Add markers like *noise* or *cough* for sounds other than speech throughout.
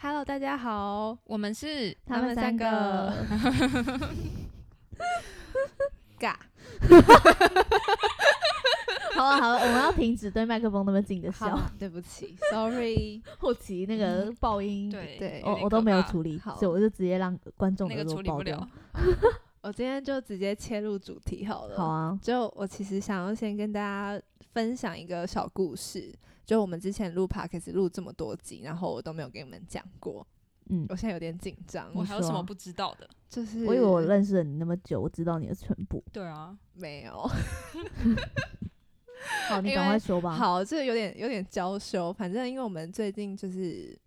Hello，大家好，我们是他们三个尬， *laughs* 好了好了，我们要停止对麦克风那么近的好笑，啦，对不起 *laughs* ，sorry，后期那个爆音，对嗯对我我都没有处理，理，好所以我就直接让观众那耳个处朵理不爆了掉。。我今天就直接切入主题好了。好，啊，就我其实想要先跟大家分享一个小故事，就我们之前录 podcast 录这么多集，然后我都没有给你们讲过，嗯，我现在有点紧张我，还有什说么啊不知道的？就是我以为我认识了你那么久，我知道你的全部。对啊，没有，好，你因赶为快说吧。，好，这有点有点娇羞，反正因为我们最近就是。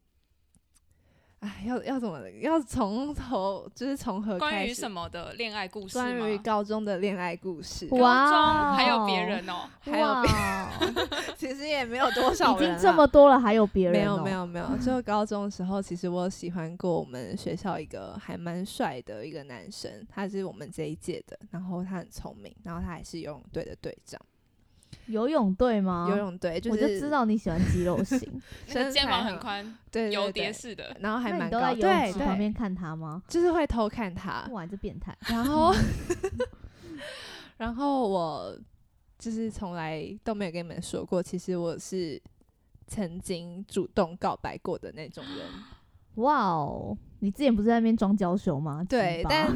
哎，要要怎么要从头就是从何关开于始什？么的恋爱故事吗？关于高中的恋爱故事，高哇中还有哦别人哦，还有哇 *laughs* 其实也没有多少已人啦，经这么多了，还有别人？哦没有没，有没有，就高中的时候，其实我喜欢过我们学校一个还蛮帅的一个男生，他是我们这一届的，然后他很聪明，然后他还是游泳队的队长，游泳队吗？游泳队就啊我是就知道你喜欢肌肉型。那个身肩材膀很很宽，对对有对蝶式的，然后 *laughs* 还那蛮你都高，在游泳对啊池旁对，边看他吗？就是会偷看他，哇，你这变态！然后然后我就是从来都没有跟你们说过，其实我是曾经主动告白过的那种人。哇哦，你之前不是在那边装娇羞吗？对鸡，巴但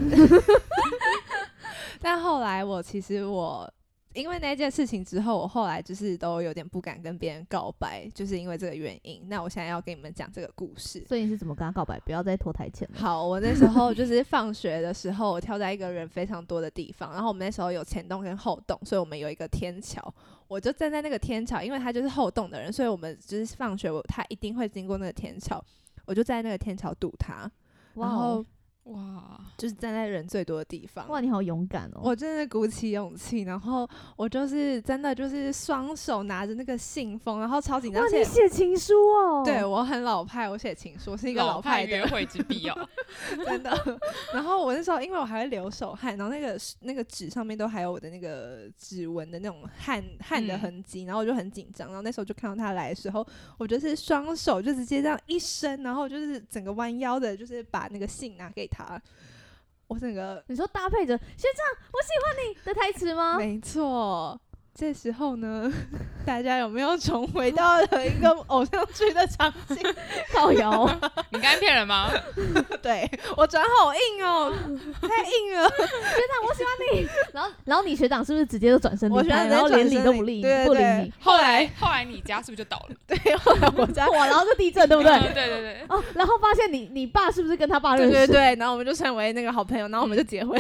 但后来我其实我因为那件事情之后，我后来就是都有点不敢跟别人告白，就是因为这个原因。那我现在要跟你们讲这个故事。所以你是怎么跟他告白？不要再拖台前了。好，我那时候就是放学的时候，我跳在一个人非常多的地方，然后我们那时候有前洞跟后洞，所以我们有一个天桥，我就站在那个天桥，因为他就是后洞的人，所以我们就是放学我他一定会经过那个天桥，我就站在那个天桥堵他，然哇哦后哇，就是站在人最多的地方。哇，你好勇敢哦！我真的鼓起勇气，然后我就是真的就是双手拿着那个信封，然后超紧张，哇，而且你写情书哦！对我很老派，我写情书我是一个老派约的，会之哦必要。真的。 *laughs* 然后我那时候因为我还会流手汗，然后那个那个纸上面都还有我的那个指纹的那种汗汗的嗯痕迹，然后我就很紧张。然后那时候就看到他来的时候，我就是双手就直接这样一伸，然后就是整个弯腰的，就是把那个信拿给他。我整个你说搭配着学长，我喜欢你的台词吗？没错，这时候呢， *laughs* 大家有没有重回到了一个偶像剧的场 *laughs* 景？*laughs* 造谣，你刚才骗人吗？对我转好硬哦，太硬 *laughs* 了。然后然后你学长是不是直接就转身我离学长开，直接然后连转身理都离不理你，对不理对你？*laughs* 后来哎后来你家是不是就倒了？对，后来我家。哇，然后就地震，对不对？嗯对对对，哦，然后发现你你爸是不是跟他爸认对识？对 *laughs* 对，然后我们就成为那个好朋友，然后我们就结婚，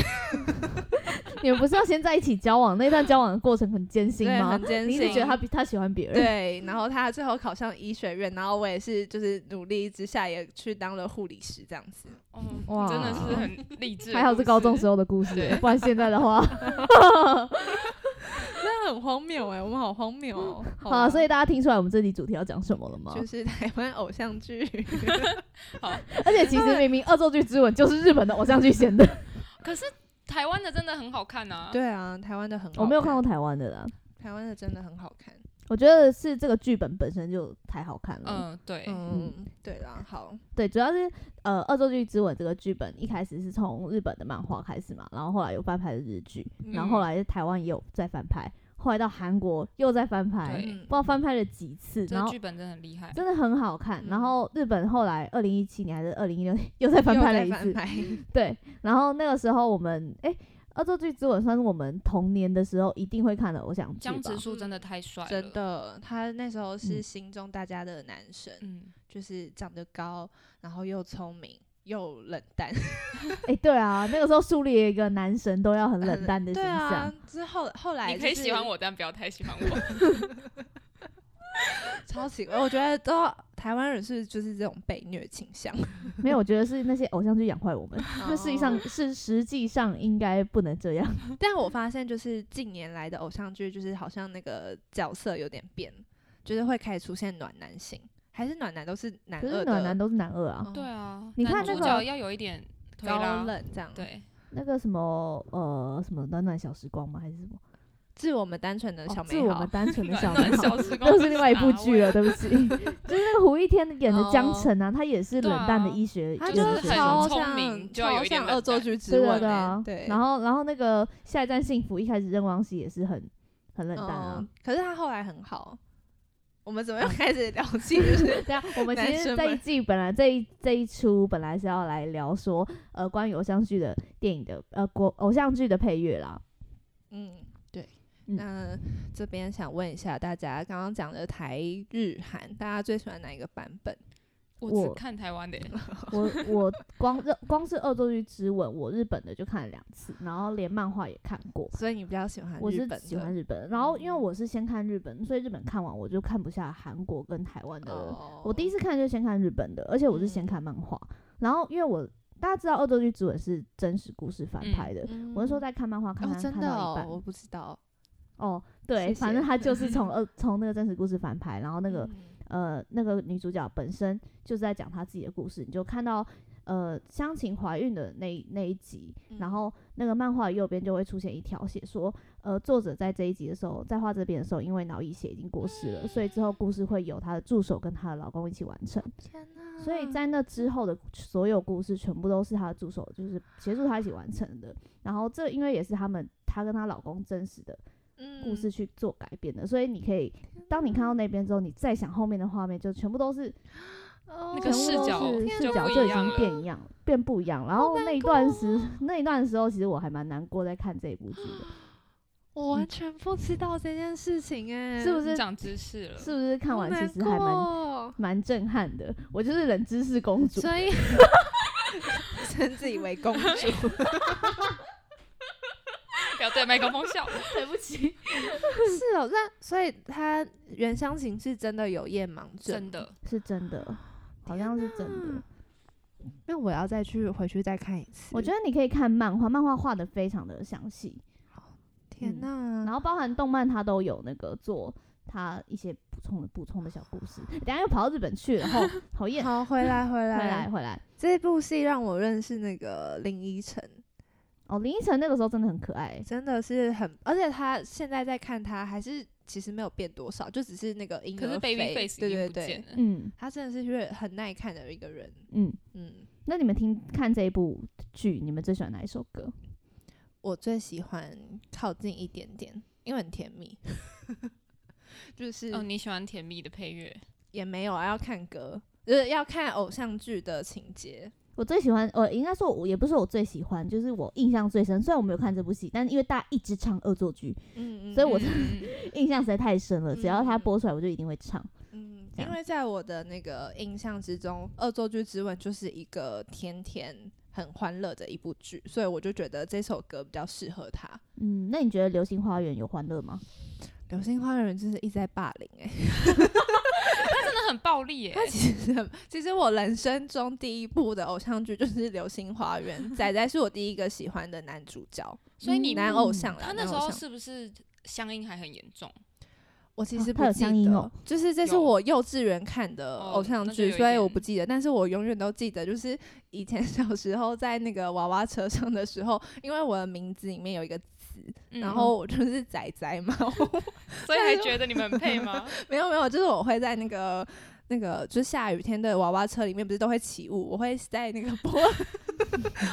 你们不是要先在一起交往？那段交往的过程很艰辛对，吗很？艰你一辛。直觉得 *laughs* 他比他喜欢别人？对，然后他最后考上医学院，然后我也是就是努力之下也去当了护理师这样 *laughs* 子。嗯哇真的是很励志的故事。还好是高中时候的故事对，不然现在 *laughs* 的话，真的很荒谬哎、我们好荒谬哦、好好啊，所以大家听出来我们这集主题要讲什么了吗？就是台湾偶像剧。 *laughs* 而且其实明明《恶作剧之吻》就是日本的偶像剧写的，可是台湾的真的很好看啊。 *laughs* 对啊，台湾的很好， *laughs* 我没有看过，台湾的啦。台湾的真的很好看。我觉得是这个剧本本身就太好看了。嗯，对，嗯，对啦，好，对，主要是呃，《恶作剧之吻》这个剧本一开始是从日本的漫画开始嘛，然后后来有翻拍的日剧，然后后来台湾也有在翻拍，后来到韩国又在翻拍，对不嗯知道翻拍了几次，这然个后剧本真的很厉害。真的很好看。嗯然后日本后来二零一七年还是二零一六年 *laughs* 又再翻拍了一 *laughs* 次， *laughs* 对。然后那个时候我们哎，恶作剧之吻》算是我们童年的时候一定会看的偶像剧江吧直？树真的太帅了，真。的，他那时候是嗯心中大家的男神，嗯，就是长得高，然后又聪明。又冷淡，哎，对啊，那个时候树立了一个男神都要很 *laughs* 冷淡的形对象啊。。之后后来、你可以喜欢，我，但不要太喜欢 *laughs* 我。超奇怪。我觉得都台湾人是不是就是这种被虐倾 *laughs* 向，没有，我觉得是那些偶像剧养坏我 *laughs* 们。那世界上哦。是实际上应该不能这样。但我发现就是近年来的偶像剧，就是好像那个角色有点变，就是会开始出现暖男型，还是暖男都是男可二的，是暖男都是男二啊，嗯对啊，你看男那主个角要有一点推高拉，冷这样。对，那个什么呃什么暖暖小时光吗？还是什么？致我们单纯的小哦美致我好们，单 *laughs* 纯的暖 *laughs* 小美暖好，小时光啊又是另外一部啥剧了，味对不起， *laughs* 就是那个胡一天演的江哦澄啊，他也是对冷淡的啊医学，他医就就是学是很生超聪像明就要有超一点像冷恶作淡剧对之对吻对欸啊，对，然后然后那个下一站幸福一开始任光熙也是很很冷淡啊嗯。，可是他后来很好。我们怎么又开始聊起？就是 *laughs* 对啊，我们男其实生这一们季本来这一这一出本来是要来聊说呃关于偶像剧的电影的呃国偶像剧的配 *laughs* 乐啦，嗯，对。嗯那这边想问一下大家，刚刚讲的台日韩，大家最喜欢哪一个版本？我只我看台湾的耶，我我光 *laughs* 热光是《恶作剧之吻》，我日本的就看了两次，然后连漫画也看过。所以你比较喜欢我日是本的？嗯喜欢日本，然后因为我是先看日本，所以日本看完我就看不下韩国跟台湾的了。哦嗯我第一次看就先看日本的，而且我是先看漫画，然后因为我大家知道《恶作剧之吻》是真实故事翻拍的，嗯，我是说在看漫画看哦，看、真看的到一哦半，，我不知道哦，对，谢反谢正它就是从呃从那个真实故事翻拍，然后那个、嗯呃那个女主角本身就是在讲她自己的故事，你就看到呃湘琴怀孕的那一那一集，然嗯后那个漫画右边就会出现一条写说，呃作者在这一集的时候，在画这边的时候，因为脑溢血已经过世嗯了，所以之后故事会由她的助手跟她的老公一起完成，天哪！所以嗯在那之后的所有故事全部都是她的助手就是协助她一起完成的，然后这因为也是他们她跟她老公真实的。故事嗯去做改编的，所以你可以，当你看到那边之后，你再想后面的画面，就全部都是那那全个部视都角是天视哪角就不就一已样经了变一样，变不一样。然后那一哦段时那一段时候，其实我还蛮难过在看这一部剧的，我完全不知道这件事情哎、是不你是？长知识了，是不是看好完难其实还蛮哦过哦蛮震撼的？我就是冷知识公主，所以 *laughs* 称自己为公 *laughs* 主， *laughs* 不要对麦克风笑。 *laughs* 对不起，是哦。那所以他袁湘琴是真的有夜盲症，真。的，是真的，好像是真的。那我要再去回去再看一次。我觉得你可以看漫画，漫画画的非常的详细，天哪，嗯然后包含动漫，它都有那个做它一些补充的补充的小故 *laughs* 事。等下又跑到日本去了，后 *laughs* 讨厌。好，回来回 *laughs* 回来来回来这部戏让我认识那个林依晨，哦，林依晨那个时候真的很可爱，真的是很，而且他现在在看他还是其实没有变多少，就只是那个婴可是儿 baby 肥 face 对已经对不见对，了。嗯他真的是越很耐看的一个人，嗯。嗯。那你们听看这一部剧，你们最喜欢哪一首歌？我最喜欢靠近一点点，因为很甜蜜， *laughs* 嗯就是哦，你喜欢甜蜜的配乐，也没有啊，要看歌，就是要看偶像剧的情节。我最喜欢，呃，应该说我也不是我最喜欢，就是我印象最深。虽然我没有看这部戏，但因为大家一直唱恶作 *laughs* 剧，嗯所以 *laughs* 我嗯嗯嗯印象实在太深了。只要它嗯播出来，我就一定会唱。嗯，这因样为在我的那个印象之中，《恶作剧之吻》就是一个甜甜很欢乐的一部剧，所以我就觉得这首歌比较适合他。嗯，那你觉得《流星花园》有欢乐吗？ 《流星花园》就是一直在霸凌 *laughs* 哎、真的很暴力 *laughs* 耶。其实其实我人生中第一部的偶像剧就是《流星花园》， *laughs* 仔仔是我第一个喜欢的男主角，嗯所以你男偶像啦。他那男时偶候像是不是乡音还很严重？我其哦实他不有记乡音得，哦就是这是有我幼稚园看的偶哦像那就剧，有一所以点我不记得，但是我永远都记得，就是以前 *laughs* 小时候在那个娃娃车上的时候，因为我的名字里面有一个，嗯然后我就是仔仔嘛， *laughs* 我所以还觉得你们很配 *laughs* 吗？ *laughs* 没有没有，就是我会在那个。那个就是下雨天的娃娃车里面不是都会起雾，我会在那个 *laughs* 玻，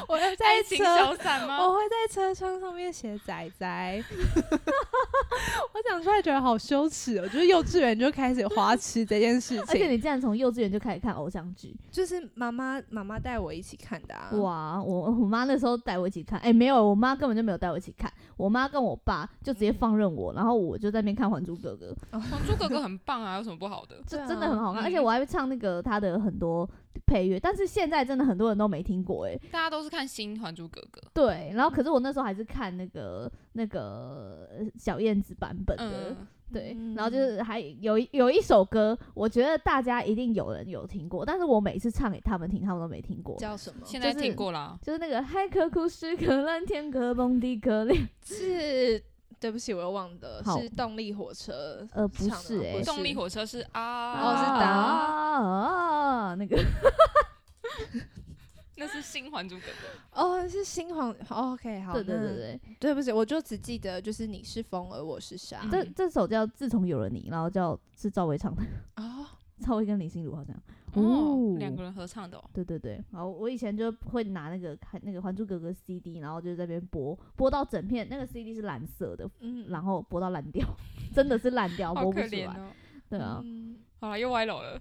我会在爱情车小伞吗？哦我会在车窗上面写“仔仔”， *laughs* 我讲出来觉得好羞耻哦。就是幼稚园就开始有花痴这件事而且情，你竟然从幼稚园就开始看偶像剧，就是妈妈妈妈带我一起看的啊。哇！我我妈那时候带我一起看，哎、没有，我妈根本就没有带我一起看，我妈跟我爸就直嗯接放任我，然后我就在那边看《还珠格格》，红哦猪哥哥很棒啊，有什么不好的？就对啊真的很好嗯看，而且我还会唱那个他的很多配乐，但是现在真的很多人都没听过、哎，大家都是看新《还珠格格》。对，然后可是我那时候还是看那个那个呃小燕子版本的，嗯，对嗯，然后就是还有一有一首歌，我觉得大家一定有人有听过，但是我每次唱给他们听，他们都没听过。叫什么？现在就是听过啦。就是那个嗨可哭是可蓝天可蹦迪可恋，是对不起，我又忘了，好是动力火车呃不唱的吗。是欸不动力火车是啊，哦是啊达啊那个那是新《还珠格格哦，是新皇。哦 OK，好，对对那对对，对不起，我就只记得就是你是风，而我是沙。这嗯这首叫《自从有了你》，然后叫是赵薇唱的，哦，赵薇跟林心如好像。》哦哦，两个人合唱的哦。对对对，然后我以前就会拿那个看那个《还珠格格》CD，然后就在那边播，播到整片那个 CD 是蓝色的，嗯然后播到烂掉，真的是烂掉，好播不可出怜来。哦！对啊，嗯好了，又歪楼了。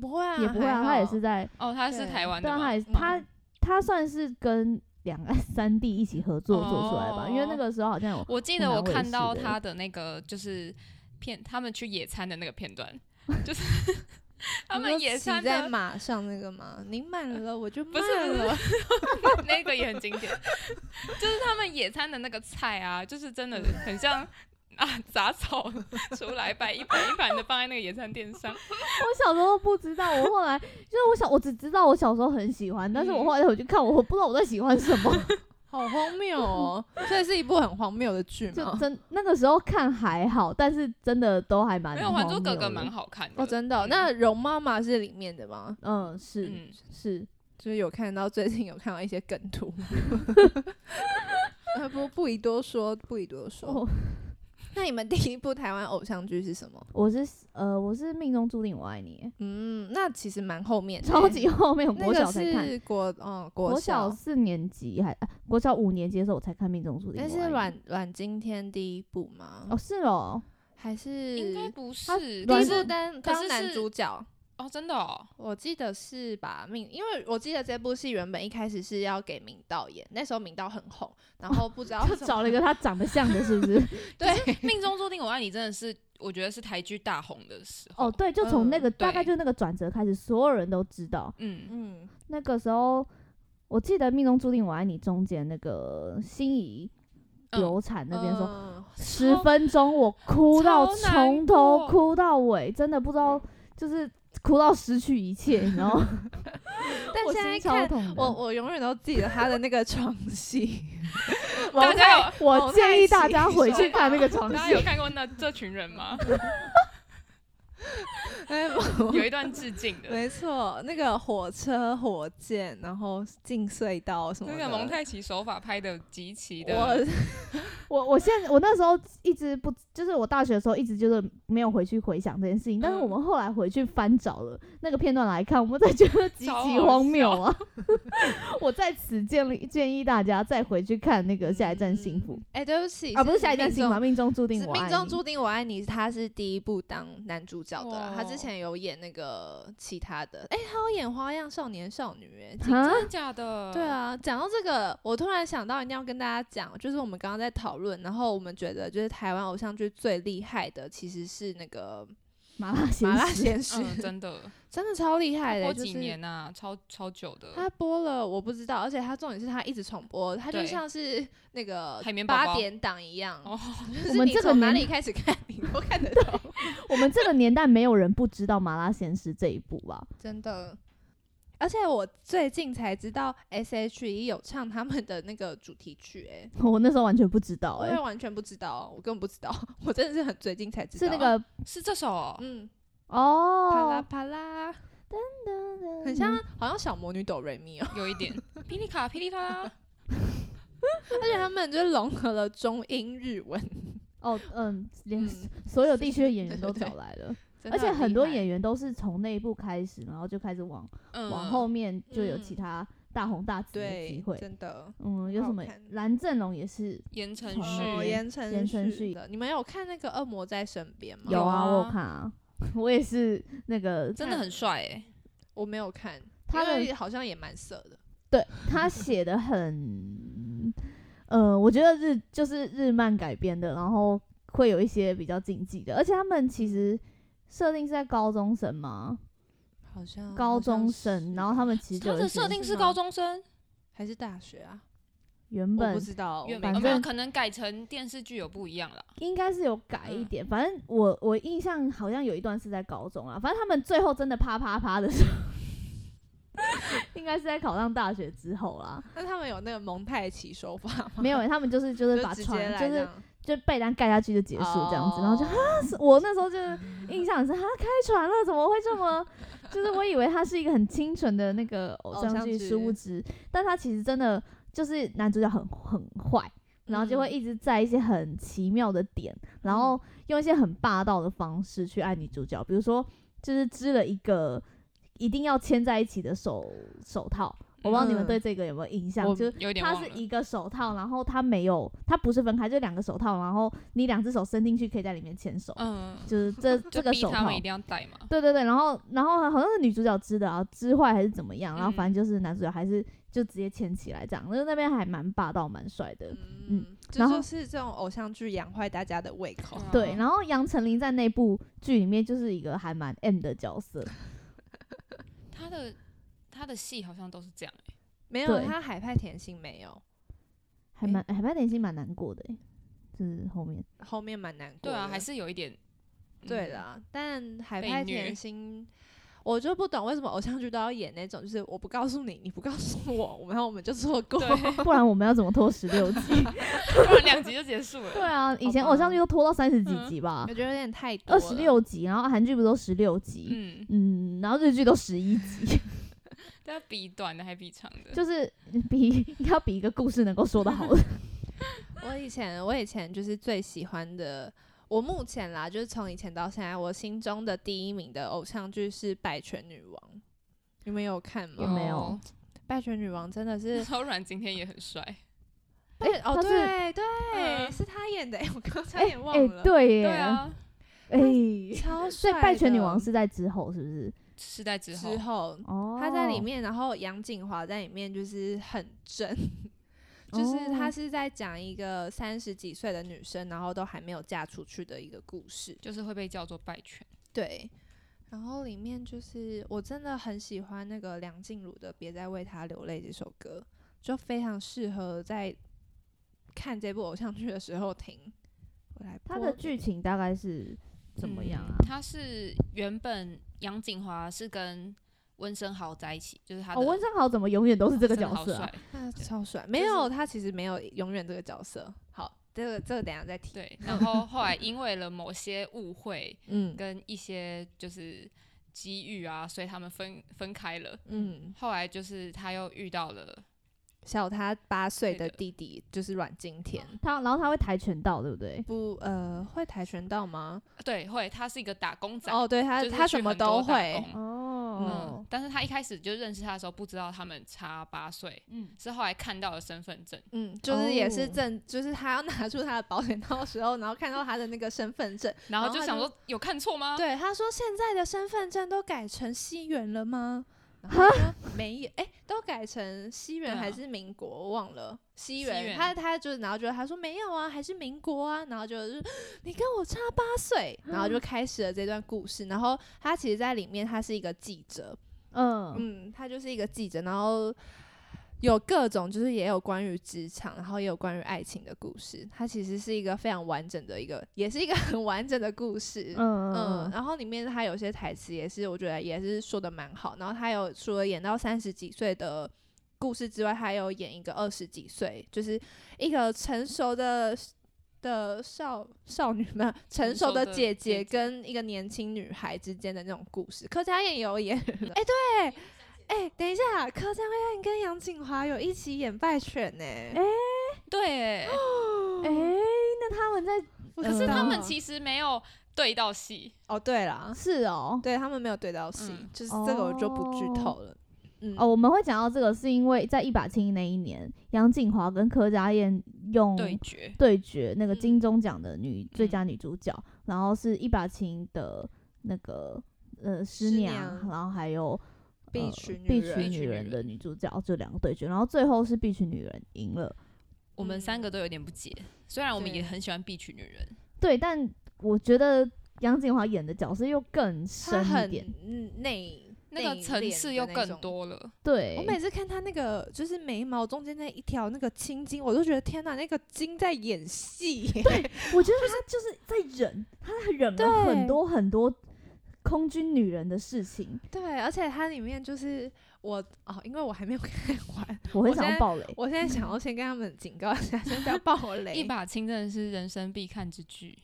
不会啊，也不会啊，还他也好是在，哦，他是对台湾对的啊，吗他也是嗯他他算是跟两岸三地一起合作做出来吧，因为那哦个时候好像有我记得我看到湖南卫视的他的那个就是片，他们去野餐的那个片 *laughs* 段，就是他你们说野骑餐在的马上那个吗？您慢了，我就不慢是不是了。 *laughs* 那个也很经典，就是他们野餐的那个菜啊，就是真的很像。 *laughs* 啊，杂草出来摆一盘一盘的放在那个野餐垫上，我小时候不知道，我后来就是我小我只知道我小时候很喜欢，但是我后来回去看，我我不知道我在喜欢什么，好荒谬 *laughs* 哦！所以是一部很荒谬的剧就吗？真那个时候看还好，但是真的都还蛮没有《还珠格格》蛮蛮好看的 *laughs* 哦，真的哦、嗯那容妈妈是里面的吗？嗯是、嗯，是，就是有看到最近有看到一些梗图。 *laughs* 呃，不不宜多说，不宜多说。我那你们第一部台湾偶像剧是什么？我是呃我是命中注定我爱你，嗯，那其实蛮后面的欸，超级后面我那国个小才看。是国嗯国国小小，四年级还、啊、国小五年级的时候，我才看《命中注定那我爱你》。是阮阮经天第一部吗？哦，是哦，还是应该不他是，第阮一但部是当可当是男是主角？哦，真的哦，我记得是吧？明，因为我记得这部戏原本一开始是要给明道演，那时候明道很红，然后不知道就哦怎么找了一个他长得像的，是 *laughs* 不是？ 《命中注定我爱你》真的是，我觉得是台剧大红的时候。哦，，对，就从那个、嗯大概对就那个转折开始，所有人都知道。嗯，嗯那个时候，我记得《命中注定我爱你》中间那个心仪嗯流产那边说，嗯十分钟我哭到超难从头过哭到尾，真的不知道就是哭到失去一切，你知道吗？ *laughs* 但我现在心超看。痛的我我永远都记得他的那个床戏， *laughs* 王大家有我蒙太建议奇大家回去看那个床大家戏哦有，看过那这群人吗？哎我有一段致敬的，没错，那个火车、火箭，然后进隧道什么那的。个蒙太奇手法拍的极其我的，我我现在我那时候一直不，就是我大学的时候一直就是没有回去回想这件事情，但是嗯我们后来回去翻找了那个片段来看，我们才觉得极超其好荒谬 *laughs* 啊！我在此建立建议大家再回去看那个《 *laughs* 下一站幸福》哎、对不起啊，不是《下一站站幸福》啊，命中注定是我爱命你。中注定我爱你，他是第一部当男主角的啦，他之哇前有演那个其他的，哎、他有演《花样少年少女、哎，啊真的假的？对，啊，讲到这个，我突然想到一定要跟大家讲，就是我们刚刚在讨论，然后我们觉得就是台湾偶像剧最厉害的其实是那 *laughs* 个麻辣鲜麻辣师，鲜师，嗯，真的， *laughs* 真的超厉害的、过就几是年啊，超超久他的，播了我不知道，而且他重点是他一直重播，他就对像是那个海绵宝八宝点档一样，哦就我是们你这个从哪年里开始看，你都看 *laughs* 得到，我们这个年代没有人不知道麻辣鲜师这一部吧？真的。而且我最近才知道 S.H.E 有唱他们的那个主题曲、哎。我那时候完全不知道、我欸，也哎，完全不知道，我根本不知道，我真的是很最近才知道。是那个是这首哦嗯，啪啦哦，嗯啪啦，很像好像小魔女哆瑞咪哦，有一点噼里卡噼里啪啦，而且他们就是融合了中英日文，哦，嗯，连嗯，所有地区的演员都 *laughs* 对对找来了，真的而且很厉多害演员都是从那一部开始，然后就开始往嗯，往后面就有其嗯他大红大紫的机对会，。真的嗯，有好什么看蓝正龙也是言承从那哦，边旭，言承言承旭旭的，你们有看那个《恶魔在身边》吗？有啊，啊我有看啊，我也是那个真的很帅哎，我没有看，他因的为好像也蛮色的。对他写的很，呃，我觉得日就是日漫改编的，然后会有一些比较禁忌的，而且他们其实设定是在高中生嘛，嗯好像高中生，然后他们其实就他有一的些设定是是吗高中生，还是大学啊？原哦我本不知道，原反本正没有可能改成电视剧有不一样了，应该是有改嗯一点，反正我我印象好像有一段是在高中啊，反正他们最后真的啪啪啪的时候， *laughs* 应该是在考上大学之后 *laughs* 啦。那他们有那个蒙太奇手法吗？没有、欸他们就是 *laughs* 就是就把直接船来就这是样，就被单盖下去就结 *laughs* 束这样子，然后就哦啊，是我那时候就是印象是他开船了，怎么会这么就是我以为它是一个很清纯的那个偶偶像像剧，剧殊不知，但它其实真的就是男主角很很坏，然后就会嗯一直在一些很奇妙的点，然后用一些很霸道的方式去爱女主角，比如说就是织了一个一定要牵在一起的手手套。我不知道你们嗯对这个有没有印象？我就是有点它忘是了。一个手套，然后它没有，它不是分开，就两个手套，然后你两只手伸进去可以在里面牵手，嗯，就是这就这个逼手他套们一定要戴嘛。对对对，然后然后好像是女主角织的啊，织坏还是怎么样，然后嗯反正就是男主角还是就直接牵起来这样，就是那边还蛮霸道蛮帅的。嗯，这然就后是这种偶像剧养坏大家的胃口。对，后然后杨丞琳在那部剧里面就是一个还蛮 M 的角色，他的他的戏好像都是这样、欸，没有，对他海派甜心没有，还蛮还蛮内心蛮难过的欸、就是后面 *laughs* 后面蛮难过对的。啊，还是有一点。嗯对，啦，但海被派虐甜心，我就不懂为什么偶像剧都要演那种，就是我不告诉你，你不告诉我，我们然后我们就错过。嗯 *laughs* 对， *laughs* 不然我们要怎么拖十六集？不然两集就结束了。对啊，以前偶像剧都拖到三十几集吧我，觉得有点太多二了十，六集，然后韩剧不都十六集？嗯，嗯，然后日剧都十一集，但比短的还比长的，就是比 *laughs* 要比一个故事能够说得好的我以前我以前就是最喜欢的，我目前啦，就是从以前到现在，我心中的第一名的偶像剧是《拜权女王》，你们有看有吗？没有哦？ 《拜权女王》真的那是，时候阮今天也很帅，哎、哦，他是对对、嗯是他演的，哎、我刚差哎点忘哎了，对耶，对啊，哎、超所帅以的。拜权女王是在之后，是不是？时代之后之，后，哦他在里，面，然后杨锦华在里面就是很 *laughs* 正，就是他哦是在讲一个三十几岁的女生，然后都还没有嫁出去的一个故事。就是会被叫做败犬。对，然后里面就是我真的很喜欢那个梁静茹的《别再为他流泪》这首歌，就非常适合在看这部偶像剧的时候听。我来他播的给剧你情大概是怎么样啊嗯？他是原本杨景华是跟温升豪在一起，就是他的哦，温升豪怎么永远都是这个真的角好色啊？帅啊超帅，没就是有他其实没有永远这个角色。好，这个这个等一下再提。对，然后后来因为了某些误会嗯跟一些就是机遇啊，所以他们分分开了。嗯，后来就是他又遇到了，小他八岁对的的弟弟就是阮经天。他然后他会跆拳道，对不对？不，呃，会跆拳道吗？对，会他是一个打工仔，哦，对他，就是他去什么很多都打会。工哦嗯，，但是他一开始就认识他的时候，不知道他们差八岁，嗯，是后来看到了身份证，嗯，就是也哦是证，就是他要拿出他的保险套的时候，然后看到他的那个身份证，然后然后就他想就说有看错吗？对他说：“现在的身份证都改成西元了吗？”然后他说没有，哎、都改成西元对啊还是民国，我忘了西西元。元他他就然后就他说没有啊，还是民国啊，然后就是你跟我差八岁，然后就啊开始了这段故事。然后他其实，在里面他是一个记者，嗯，嗯，他就是一个记者，然后有各种，就是也有关于职场，然后也有关于爱情的故事。它其实是一个非常完整的一个，也是一个很完整的故事。嗯嗯，嗯然后里面它有些台词也是，我觉得也是说的蛮好。然后他有除了演到三十几岁的故事之外，还有演一个二十几岁，就是一个成熟的的少少女们，成成熟熟的的姐姐姐姐跟一个年轻女孩之间的那种故事。柯佳燕也有演，哎、对。哎、等一下，柯佳燕跟杨景华有一起演败犬呢、哦哎对，嗯，哎、那他们在我可知是道哦他们其实没有对到戏，嗯哦，对啦，是哦，对他们没有对到戏，嗯就是这个我就不剧哦透了。嗯，哦，我们会讲到这个，是因为在一把青那一年，杨锦华跟柯佳燕用对决，对决那个金嗯钟奖的女、最佳女主角，然后是一把琴的那个呃师师娘，娘然后还有必呃娶女必人必娶娶女女人人的女主角，这两个对决，然后最后是必娶女人赢了。我们三个都有点不解，虽然我们对也很喜欢必娶女人，对，但我觉得杨锦华演的角色又更他深一很点。嗯内那个内层敛次的又那更种。多了，对，我每次看他那个就是眉毛中间那一条那个青筋，我都觉得天哪，那个筋在演戏耶。 *laughs* 我觉得他就是在忍，他忍了很对多很多空军女人的事情，对，而且它里面就是我哦，因为我还没有看完，我很我想现要在爆雷。 *laughs* 我现在想要先跟他们警告一下，先不要爆雷。一把青真的是人生必看之剧，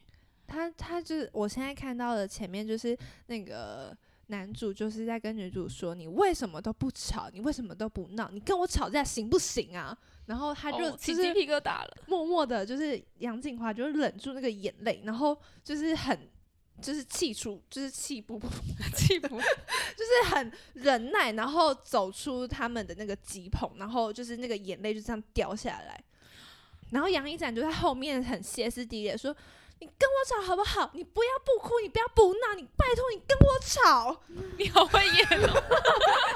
他他就是我现在看到的前面就是那个男主就是在跟女主说：“你为什么都不吵？你为什么都不闹？你跟我吵架行不行啊？”然后他就哦就起是鸡皮疙 *laughs* 瘩了。默默的，就是杨静华就是忍住那个眼泪，然后就是很就是气出，就是气不不，气不 *laughs* 就是很忍耐，然后走出他们的那个吉棚，然后就是那个眼泪就这样掉下来。然后杨一展就在后面很歇斯底里地说：“你跟我吵好不好？你不要不哭，你不要不闹，你拜托你跟我吵。”你好会演 *laughs* 哦，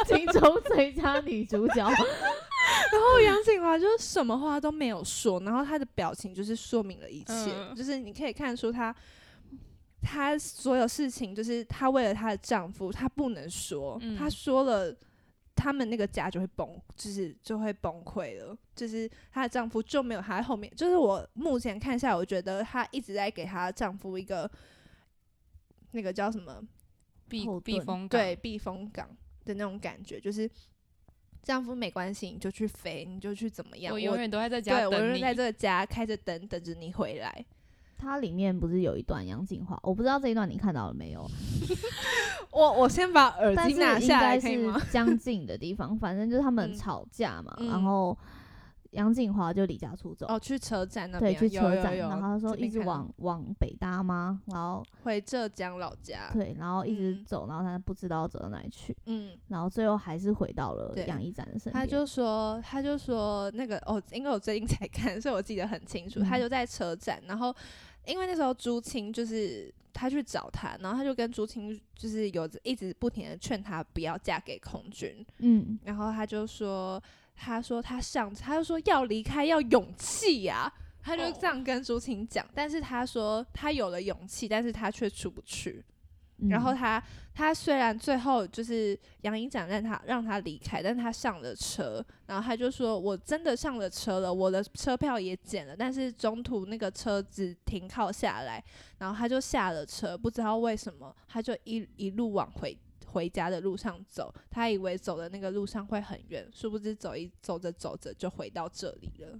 青州最佳女主角，然后杨景华就是什么话都没有说，然后她的表情就是说明了一切，嗯就是你可以看出她，她所有事情就是她为了她的丈夫，她不能说，嗯她说了，他们那个家就会崩，就是就会崩溃了，就是她的丈夫就没有她在后面，就是我目前看下来，我觉得她一直在给她丈夫一个那个叫什么避后避盾风港对，避风港的那种感觉，就是丈夫没关系，你就去飞，你就去怎么样，我我永远都会在对家我等就你。在这个家开着灯等着你回来。它里面不是有一段杨静华，我不知道这一段你看到了没有，我我先把耳但机是拿应下来该可以吗？是将近的地方，反正就是他们嗯吵架嘛，嗯然后杨静华就离家出 *laughs* 走。哦，去车站那对，边，去有车有站，有然后他说这一边直看到往往北搭吗？然后回浙江老家。对，然后一直嗯走，然后他不知道走到哪里去，嗯，然后最后还是回到了对杨一展的身边。他就说，他就说那个哦，因为我最近才 *laughs* 看，所以我记得很清楚。他嗯就在车站，然后因为那时候朱青就是他去找他，然后他就跟朱青就是有一直不停的劝他不要嫁给空军，嗯，然后他就说，他说他上，他就说要离开要勇气呀、他就哦这样跟朱青讲，但是他说他有了勇气，但是他却出不去。嗯然后他他虽然最后就是杨一展让他让他离开，但他上了车，然后他就说：“我真的上了车了，我的车票也减了，但是中途那个车子停靠下来，然后他就下了车，不知道为什么他就一一路往回。”回家的路上走，他以为走的那个路上会很远，殊不知走一走着走着就回到这里了。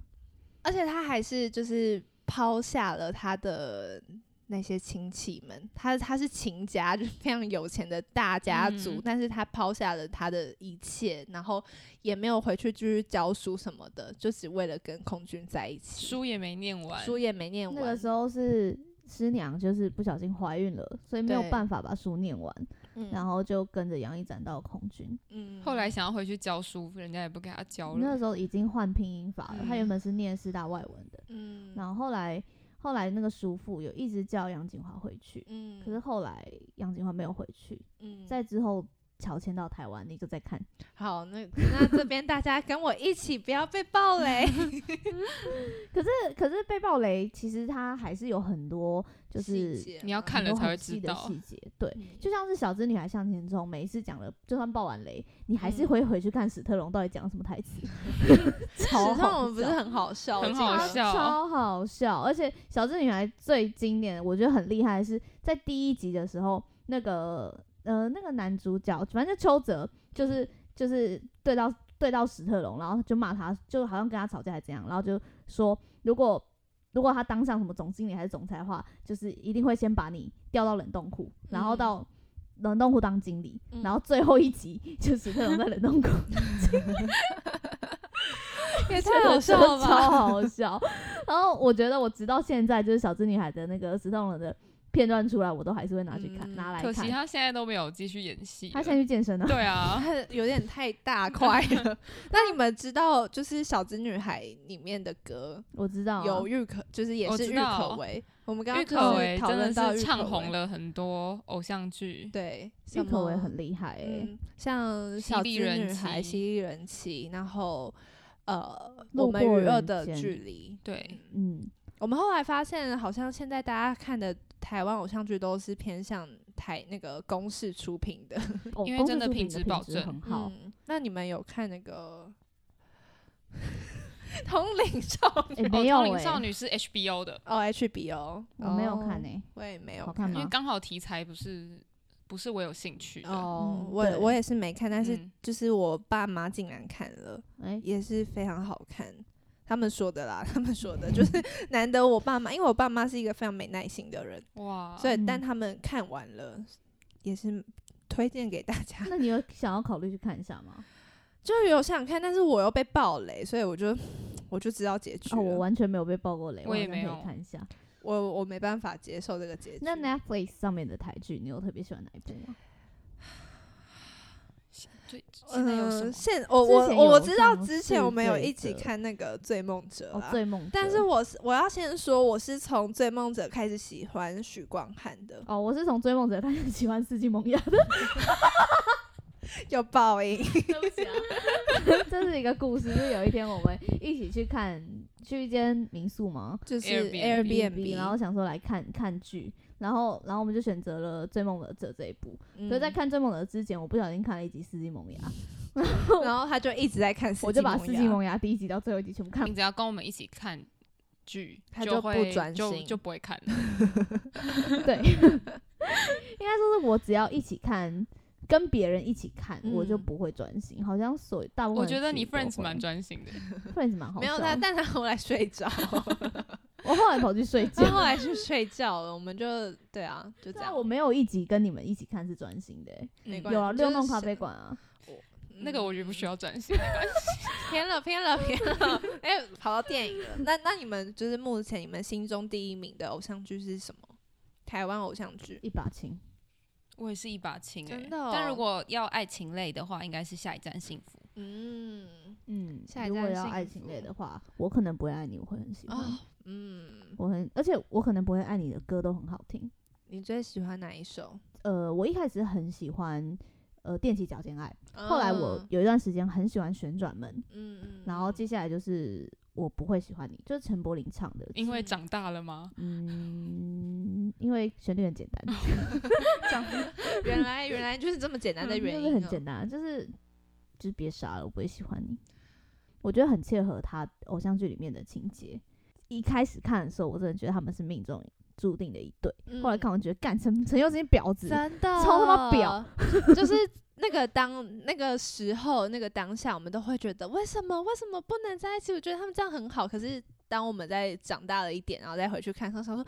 而且他还是就是抛下了他的那些亲戚们，他他是秦家，就是非常有钱的大家族，嗯但是他抛下了他的一切，然后也没有回去继续教书什么的，就只为了跟空军在一起，书也没念完，书也没念那完。个时候是师娘，就是不小心怀孕了，所以没有对办法把书念完，嗯然后就跟着杨一展到空军。嗯后来想要回去教书，人家也不给他教那了。时候已经换拼音法了，他嗯原本是念师大外文的，嗯然后后来后来那个叔父有一直叫杨锦华回去，嗯可是后来杨锦华没有回去，嗯在之后乔迁到台湾，你就在看。好，那那这边大家跟我一起，不要被暴 *laughs* 雷。可是可是被暴雷，其实他还是有很多就是细节你要吗看了很多才很会细知的道细，节，对。嗯就像是《小资女孩向前冲》，每一次讲了，就算爆完雷，你还是嗯会回去看史特龙到底讲了什么 *laughs* 台词，超史上好我们不是笑很好笑，很我记好得笑超好笑。而且《小镇女孩》最经典的，我觉得很厉害的是在第一集的时候，那个呃那个男主角，反正就邱泽就是就是对到对到史特龙，然后就骂他，就好像跟他吵架还是怎样，然后就说如果如果他当上什么总经理还是总裁的话，就是一定会先把你调到冷冻库，然后嗯到。冷冻库当经理，嗯然后最后一集 *laughs* 就史特龙在冷冻库也真太的好是笑了 *laughs* 吧？超 *laughs* *laughs* 好笑。然后我觉得我直到现在，就是小资女孩的那个石头人的片段出来，我都还是会拿去看，嗯拿来可看。惜他现在都没有继续演戏了。他现在去健 *laughs* 身了、对啊，他有点太大块了。那你们知道，就是《小资女孩》里面的歌我知道、啊。有郁可，就是也哦我是知郁可道唯。我 *laughs* 们刚郁刚可就唯是讨真论到的郁是可唱唯红，了很多偶像剧，对，郁什可唯么很厉害哎、嗯，像《犀小资利人女孩》《妻犀利人妻》，然后呃，路我们过与恶人的间距离。对，嗯，我们后来发现，好像现在大家看的台湾偶像剧都是偏向台那个公式出品的。哦因为公真司的出品品质质保证很好。嗯，那你们有看那个《同龄少女哎、》没有哦通灵欸哎、少女是 HBO 的，哦？HBO 我没有看哦哎、我也没有好看因为吗？刚好题材不是不是我有兴趣的。哦嗯，对我我也是没看，但是嗯就是我爸妈竟然看了，哎、也是非常好看。他们说的啦，他们说的就是 *laughs* 难得我爸妈，因为我爸哦妈是一个非常没耐心的人，哇，所以嗯但他们看完了也是推荐给大家。那你有想要考虑去看一下吗？ *laughs* 就有想看，但是我又被爆雷，所以我就我就知道结局哦，了。我完全没有被爆过雷，我也好像没可以有看一下。我我没办法接受这个结局。那 Netflix 上面的台剧，你有特别喜欢哪一部吗？对，现在有什么呃？现我之我前我我有知道上之前我是们有罪一起者看那个《醉梦者》哦啊，，醉梦者。但是我是我要先说，我是从《醉梦者》开始喜欢许光汉的，哦，我是从追梦者开始喜欢世纪萌芽的。有报应。对不起啊， *laughs* 这是一个故事，就是有一天我们一起去看去一间民宿嘛，就是 Airbnb Airbnb，然后想说来看看剧，然后然后我们就选择了《追梦者》这一部。可是，在嗯看《追梦者》之前，我不小心看了一集《世纪萌芽》，然后他就一直在看，我就把《世纪萌芽》第一集到最后一集全部看你只要跟我们一起看剧，他就就不会专就心就不会看了。对，应该说是我只要一起看，跟别人一起看，我就嗯不会专心。好像所大部分我的觉得剧你都会 Friends 蛮专心的， Friends 蛮好没有笑他，的但他后来睡着，我后来跑去睡 *laughs* 觉他。后来去睡觉了。我们就对啊，就这对啊，样。我没有一集跟你们一起看是专心的欸、没嗯关有啊，就六是弄咖想啡馆啊，那个我觉得不需要，要专心，没关系。嗯 *laughs* 偏了偏了偏了。哎，跑到电影 *laughs* 了。那那你们就是目前你们心中第一名的偶像剧是什么？台湾偶像剧？一把青。 *laughs* 我也是一把青哎、真的哦但如果要爱情类的话，应该是下一站幸福。嗯，嗯下，一如果站要幸爱情类福的话，我可能不会爱你，我会很喜欢。哦，嗯，我很，而且我可能不会爱你的歌都很好听。你最喜欢哪一首？呃，我一开始很喜欢呃踮起脚尖爱，后来我有一段时间很喜欢旋转门，嗯哦嗯，然后接下来就是我不会喜欢你，就是陈柏霖唱的。因为嗯长大了吗？嗯，因为旋律很简单， *laughs* 讲，原来原来就是这么简单的原嗯就因、是哦很简单，就是就是别傻了，我不会喜欢你。我觉得很切合他偶像剧里面的情节。一开始看的时候，我真的觉得他们是命中注定的一对。嗯后来看，我觉得干陈陈佑这些婊子，真的超他妈婊，就是那个当那个时候那个当下，我们都会觉得为什么为什么不能在一起？我觉得他们这样很好，可是。当我们在长大了一点，然后再回去看，他想说，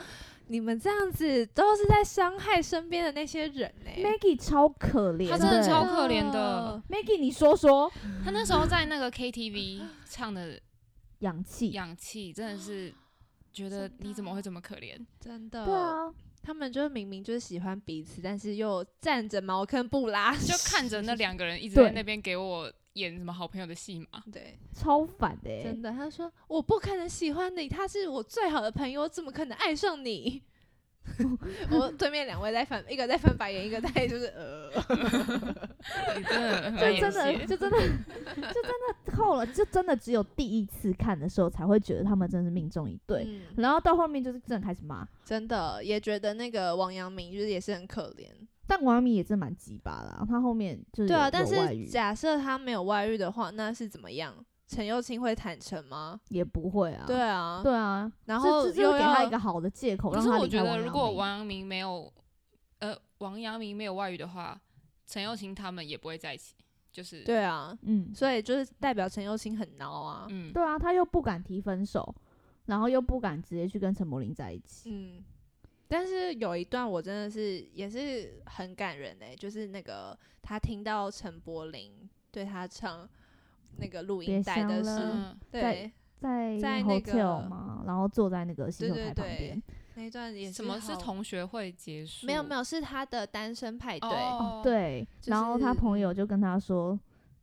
你们这样子都是在伤害身边的那些人呢、 Maggie 超可怜，她真的超对可怜的。 Maggie，你说说，他那时候在那个 KTV 唱的《氧气，氧气》，真的是觉得真的你怎么会这么可怜？真的。对啊，他们就是明明就是喜欢彼此，但是又站着茅坑不拉屎，就看着那两个人一直对在那边给我演什么好朋友的戏嘛。对，超烦的欸、真的。他说我不可能喜欢你，他是我最好的朋友，我怎么可能爱上你？ *laughs* 我对面两位在翻，一个在翻白眼，一个 *laughs* 在就是呃，你真的很爱欸就真演的戏，就真的 *laughs* 就真的后了，就真的只有第一次看的时候才会觉得他们真的是命中一对。嗯然后到后面就是真的开始骂，真的也觉得那个王阳明就是也是很可怜。但王阳明也真蛮鸡巴啦，他后面就是对啊，有但嗯有外是遇假设他没有外遇的话，那是怎么样？陈幼卿会坦诚吗？也不会啊，对啊，对啊，然后这这又就是给他要一个好的借口，可让是他我离觉开得，王如阳果明王阳明没有，呃，王阳明没有外遇的话，陈幼卿他们也不会在一起。就是，对啊，嗯，所以就是代表陈幼卿很孬啊。嗯，对啊，他又不敢提分手，然后又不敢直接去跟陈柏霖在一起，嗯，但是有一段我真的是也是很感人诶、就是那个他听到陈柏霖对他唱那个录别音带的想时了候，嗯，对在在那 hotel 个嘛，然后坐在那个洗对手对台旁边对，，那一段也嗯什么是好？同学会结束？没有没有，是他的单身派对。哦哦，对，然后他就是朋友就跟他说，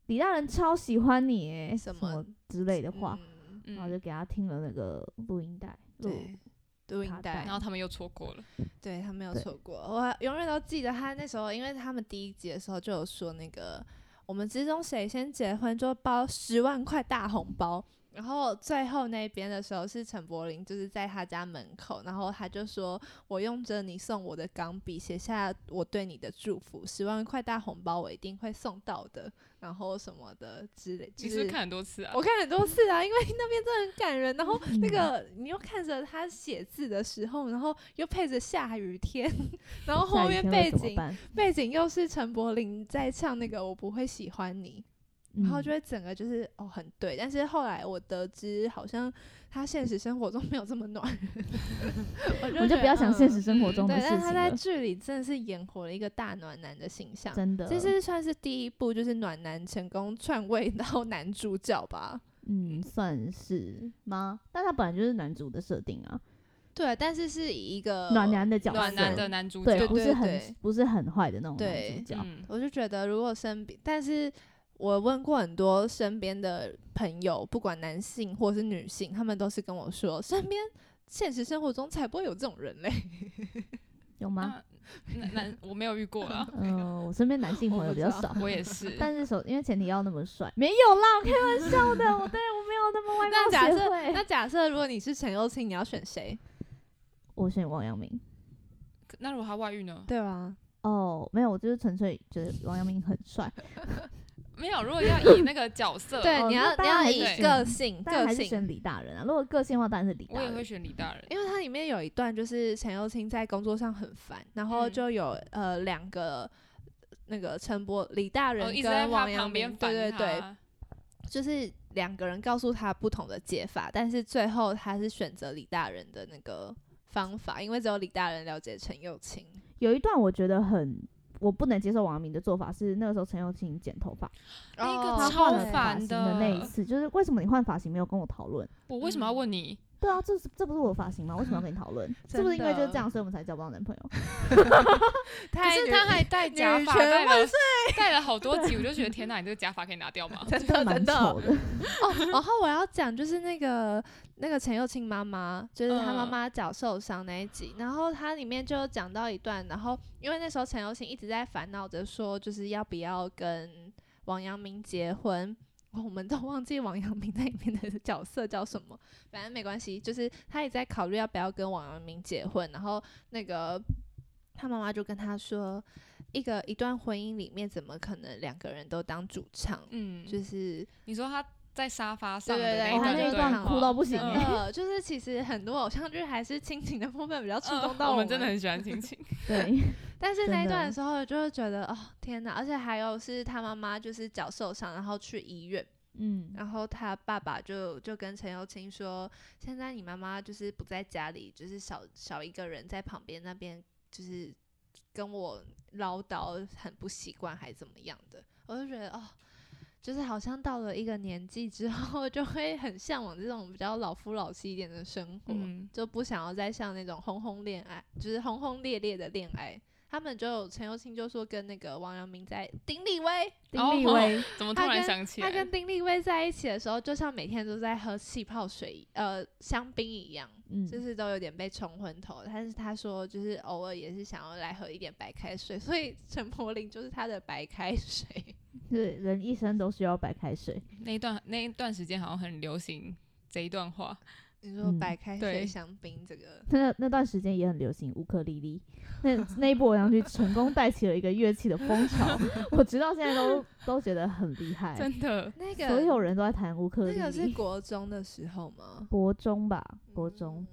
李大人超喜欢你欸，什什么之类的话，嗯嗯，然后就给他听了那个录音带，录对，录音卡带带然，后他们又错过了。对他没有对错过，我永远都记得他那时候，因为他们第一集的时候就有说那个我们之中谁先结婚就包十万块大红包，然后最后那边的时候是陈柏霖就是在他家门口，然后他就说我用着你送我的钢笔写下我对你的祝福，十万块大红包我一定会送到的，然后什么的之类，就你是不是看很多次啊我？看很多次啊，因为那边真的很感人。然后那 *laughs* 嗯个你又看着他写字的时候，然后又配着下雨天， *laughs* 然后下后雨面天会背怎么景办？背景又是陈柏霖在唱那个《我不会喜欢你》，然后就得会整个就是哦很对，但是后来我得知好像他现实生活中没有这么暖， *laughs* 我我就们就觉不得要想现实嗯生活嗯中的对，事但情是他在了，剧里真的是演活了一个大暖男的形象，真的，这是算是第一部就是暖男成功篡位到男主角吧。嗯，算是吗？但他本来就是男主的设定啊，对，但是是以一个暖男的角色，暖男的男主对，角不是对很对不是很坏的那种男对主角，嗯我就觉得，如果身边，但是我问过很多身边的朋友，不管男性或是女性，他们都是跟我说，身边现实生活中才不会有这种人嘞。 *laughs* 有吗？，那那那我没有遇过啦啊嗯，我身边男性朋友比较 *laughs* 少，我也是。 *laughs* 但是首因为前提要那么帅，没有啦，我开 *laughs* 玩笑的，我对我没有那么外那假貌协设，会。那假设如果你是陈幼卿，你要选谁？我选王阳明。那如果他外遇呢？对吧？哦，没有，我就是纯粹觉得王阳明很帅，没有， *laughs* 如果要以那个角色，对，哦你那要当你然要还以是选个性但个还是性。选李大人啊。如果个性的话，当然是李我大也会人。选李大人。因为它里面有一段就是陈幼卿在工作上很烦，然后嗯就有、呃两个那个陈伯李大哦，人一直在跟他王阳旁明边，烦对对对，他，就是两个人告诉他不同的解法，但是最后他是选择李大人的那个方法，因为只有李大人了解陈幼卿。有一段我觉得很，我不能接受王阳明的做法是那个时候陈友清剪头发，那个哦他超换了发烦型的的那一次，就是为什么你换发型没有跟我讨论？我为嗯什么要问你？对啊，这是这不是我的发型吗？为什么要跟你讨论？是不是因为就是这样，所以我们才交不到 *laughs* 男朋友？可太是女他 *laughs* 还戴假女发，权戴了 *laughs* 戴了好多集，我就觉得天哪，你这个假发可以拿掉吗？ *laughs* 真真的的蛮真的丑哦，的。 *laughs* *laughs* 然后我要讲就是那个那个陈幼卿妈妈，就是她妈嗯妈脚受伤那一集，然后它里面就有讲到一段，然后因为那时候陈幼卿一直在烦恼着说，就是要不要跟王阳明结婚。我们都忘记王阳明在里面的角色叫什么， *laughs* 反正没关系，就是他也在考虑要不要跟王阳明结婚，然后那个他妈妈就跟他说，一个一段婚姻里面怎么可能两个人都当主唱？嗯，就是你说他在沙发上的对对对那他那一一段段哭到不行 *laughs* 嗯欸呃，就是其实很多偶像剧还是亲情的部分比较触嗯动到欸我们，们真的很喜欢亲 *laughs* 亲，对，但是那一真的段的时候，我就会觉得哦天哪！而且还有是他妈妈就是脚受伤，然后去医院， *laughs* 嗯，然后他爸爸就就跟陈幼卿说，现在你妈妈就是不在家里，就是少少一个人在旁边那边，就是跟我唠叨，很不习惯还怎么样的，我就觉得哦。就是好像到了一个年纪之后，就会很向往这种比较老夫老妻一点的生活。嗯，就不想要再像那种轰轰恋爱，就是轰轰烈烈的恋爱。他们就陈幼卿就说跟那个王阳明在丁立威，丁哦立威，怎么突他然跟想起他来跟？丁立威在一起的时候，就像每天都在喝气泡水，呃，香槟一样，嗯，就是都有点被冲昏头。但是他说就是偶尔也是想要来喝一点白开水，所以陈柏霖就是他的白开水。对，人一生都需要白开水，那一段那一段时间好像很流行这一段话，你说嗯白开对水香槟这个，那那段时间也很流行乌克丽丽，那那一波偶像剧成功带起了一个乐器的风潮， *laughs* 我直到现在都都觉得很厉害，真的那个所有人都在弹乌克丽那个是丽。国中的时候吗？国中吧，国中，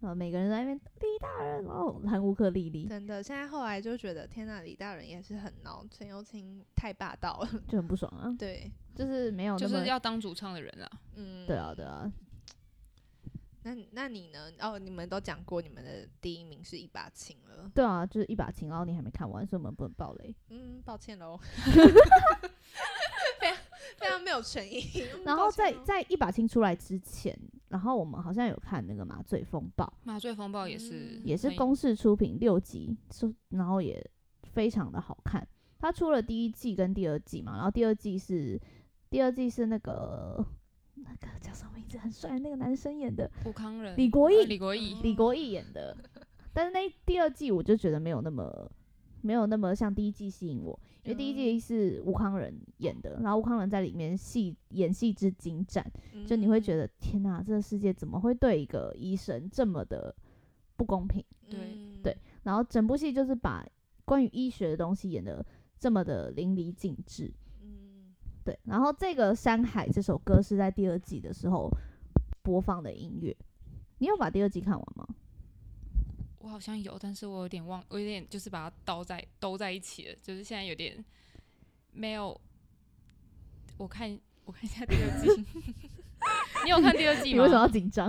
啊，每个人在那边李大人哦，弹乌克丽丽真的，现在后来就觉得天呐，李大人也是很孬，陈幼卿太霸道了。 *laughs* 就很不爽啊，对，就是没哦有就那么是要当主唱的人啊，嗯，对啊对。啊，那那你呢？哦，你们都讲过你们的第一名是一把琴了。对啊，就是一把琴，然后你还没看完，所以我们不能爆雷。嗯，抱歉 *laughs* 喽。 *laughs* 非常非常没有诚意。然后抱歉在咯在一把青出来之前，然后我们好像有看那个《麻醉风暴《麻醉风暴》也是嗯也是很公视出品六集，是然后也非常的好看。它出了第一季跟第二季嘛，然后第二季是第二季是那个那个叫什么名字很帅的那个男生演的，吴康仁、李国呃义，李国嗯义，李国义演的。但是那第二季我就觉得没有那么没有那么像第一季吸引我，因为第一季是吴康仁演的，然后吴康仁在里面戏演戏之精湛， *laughs* 就你会觉嗯得天哪，这个世界怎么会对一个医生这么的不公平？对嗯对然后整部戏就是把关于医学的东西演得这么的淋漓尽致。嗯对，然后这个《山海》这首歌是在第二季的时候播放的音乐。你有把第二季看完吗？我好像有，但是我有点忘，我有点就是把它倒在兜在一起了，就是现在有点没有。我看我看一下第二季，你有看第二季你吗？为什么要 *laughs* 紧张？